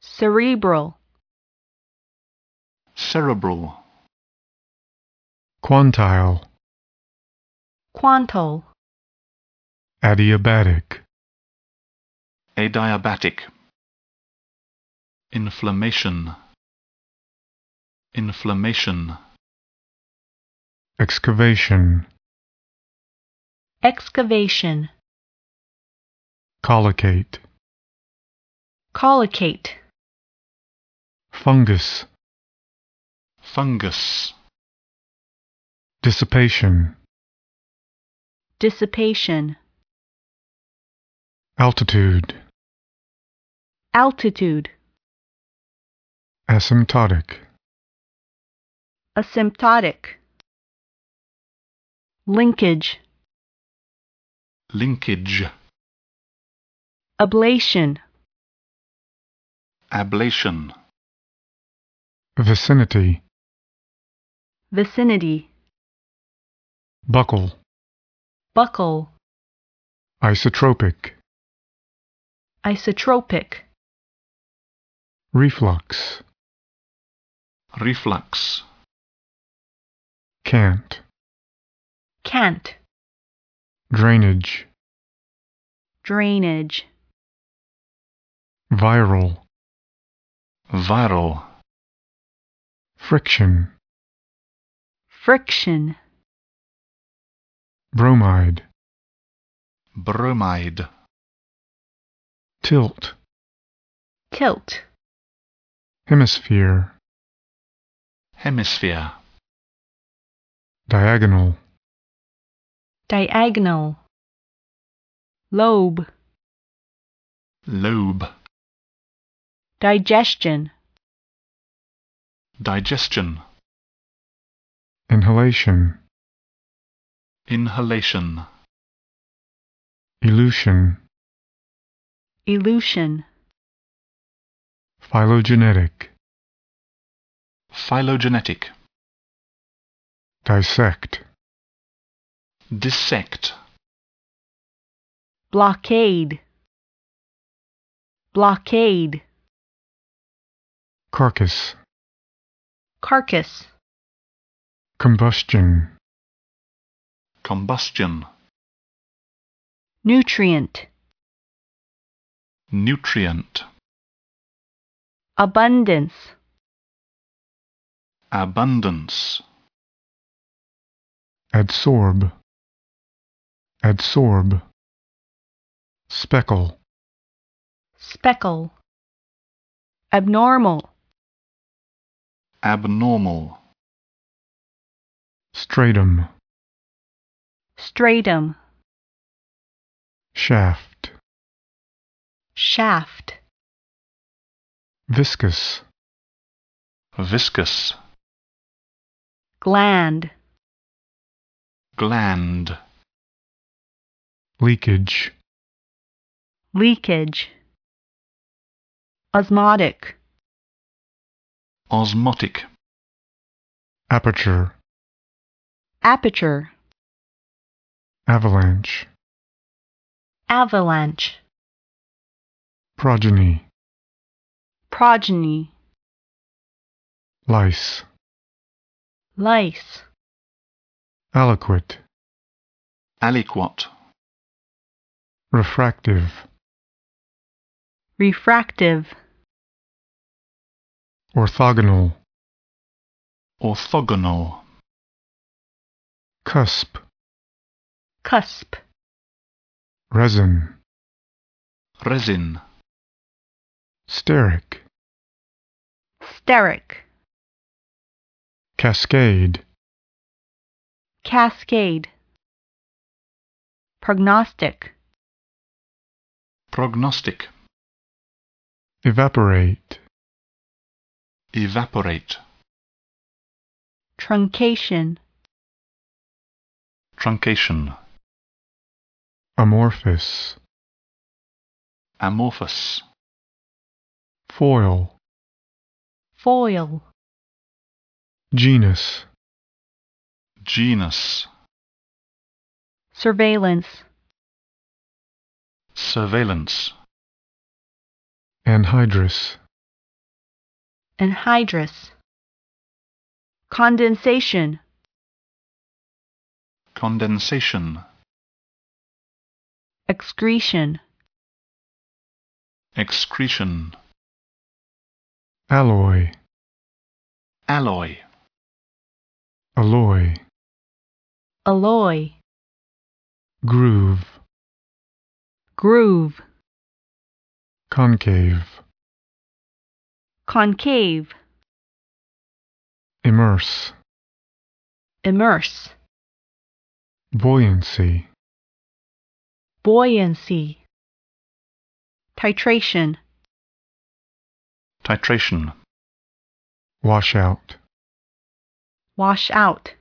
Cerebral, cerebral, quantile, quantile, adiabatic, adiabatic, inflammation, inflammation, excavation, excavation, collicate, collicate, fungus, fungus, dissipation, dissipation, altitude, altitude, asymptotic, asymptotic, linkage, linkage, ablation, ablation, vicinity, vicinity, buckle, buckle, isotropic, isotropic, reflux, reflux, cant, cant, drainage, drainage, viral, viral, friction, friction, bromide, bromide, tilt, tilt, hemisphere, hemisphere, diagonal, diagonal, lobe, lobe, digestion, digestion, inhalation, inhalation, elution, elution, phylogenetic, phylogenetic, dissect, dissect, blockade, blockade, carcass, carcass, combustion, combustion, nutrient, nutrient, abundance, abundance, adsorb, adsorb, speckle, speckle, abnormal, abnormal, stratum, stratum, shaft, shaft, viscous, viscous, gland, gland, leakage, leakage, osmotic, osmotic, aperture, aperture, avalanche, avalanche, progeny, progeny, lice, lice, aliquot, aliquot, refractive, refractive, orthogonal, orthogonal, cusp, cusp, resin, resin, steric, steric, cascade, cascade, prognostic, prognostic, evaporate, evaporate, truncation, truncation, amorphous, amorphous, foil, foil, genus, genus, surveillance, surveillance, anhydrous, anhydrous, condensation, condensation, excretion, excretion, alloy, alloy, alloy, alloy, groove, groove, concave, concave, immerse, immerse, buoyancy, buoyancy, titration, titration, washout, wash out,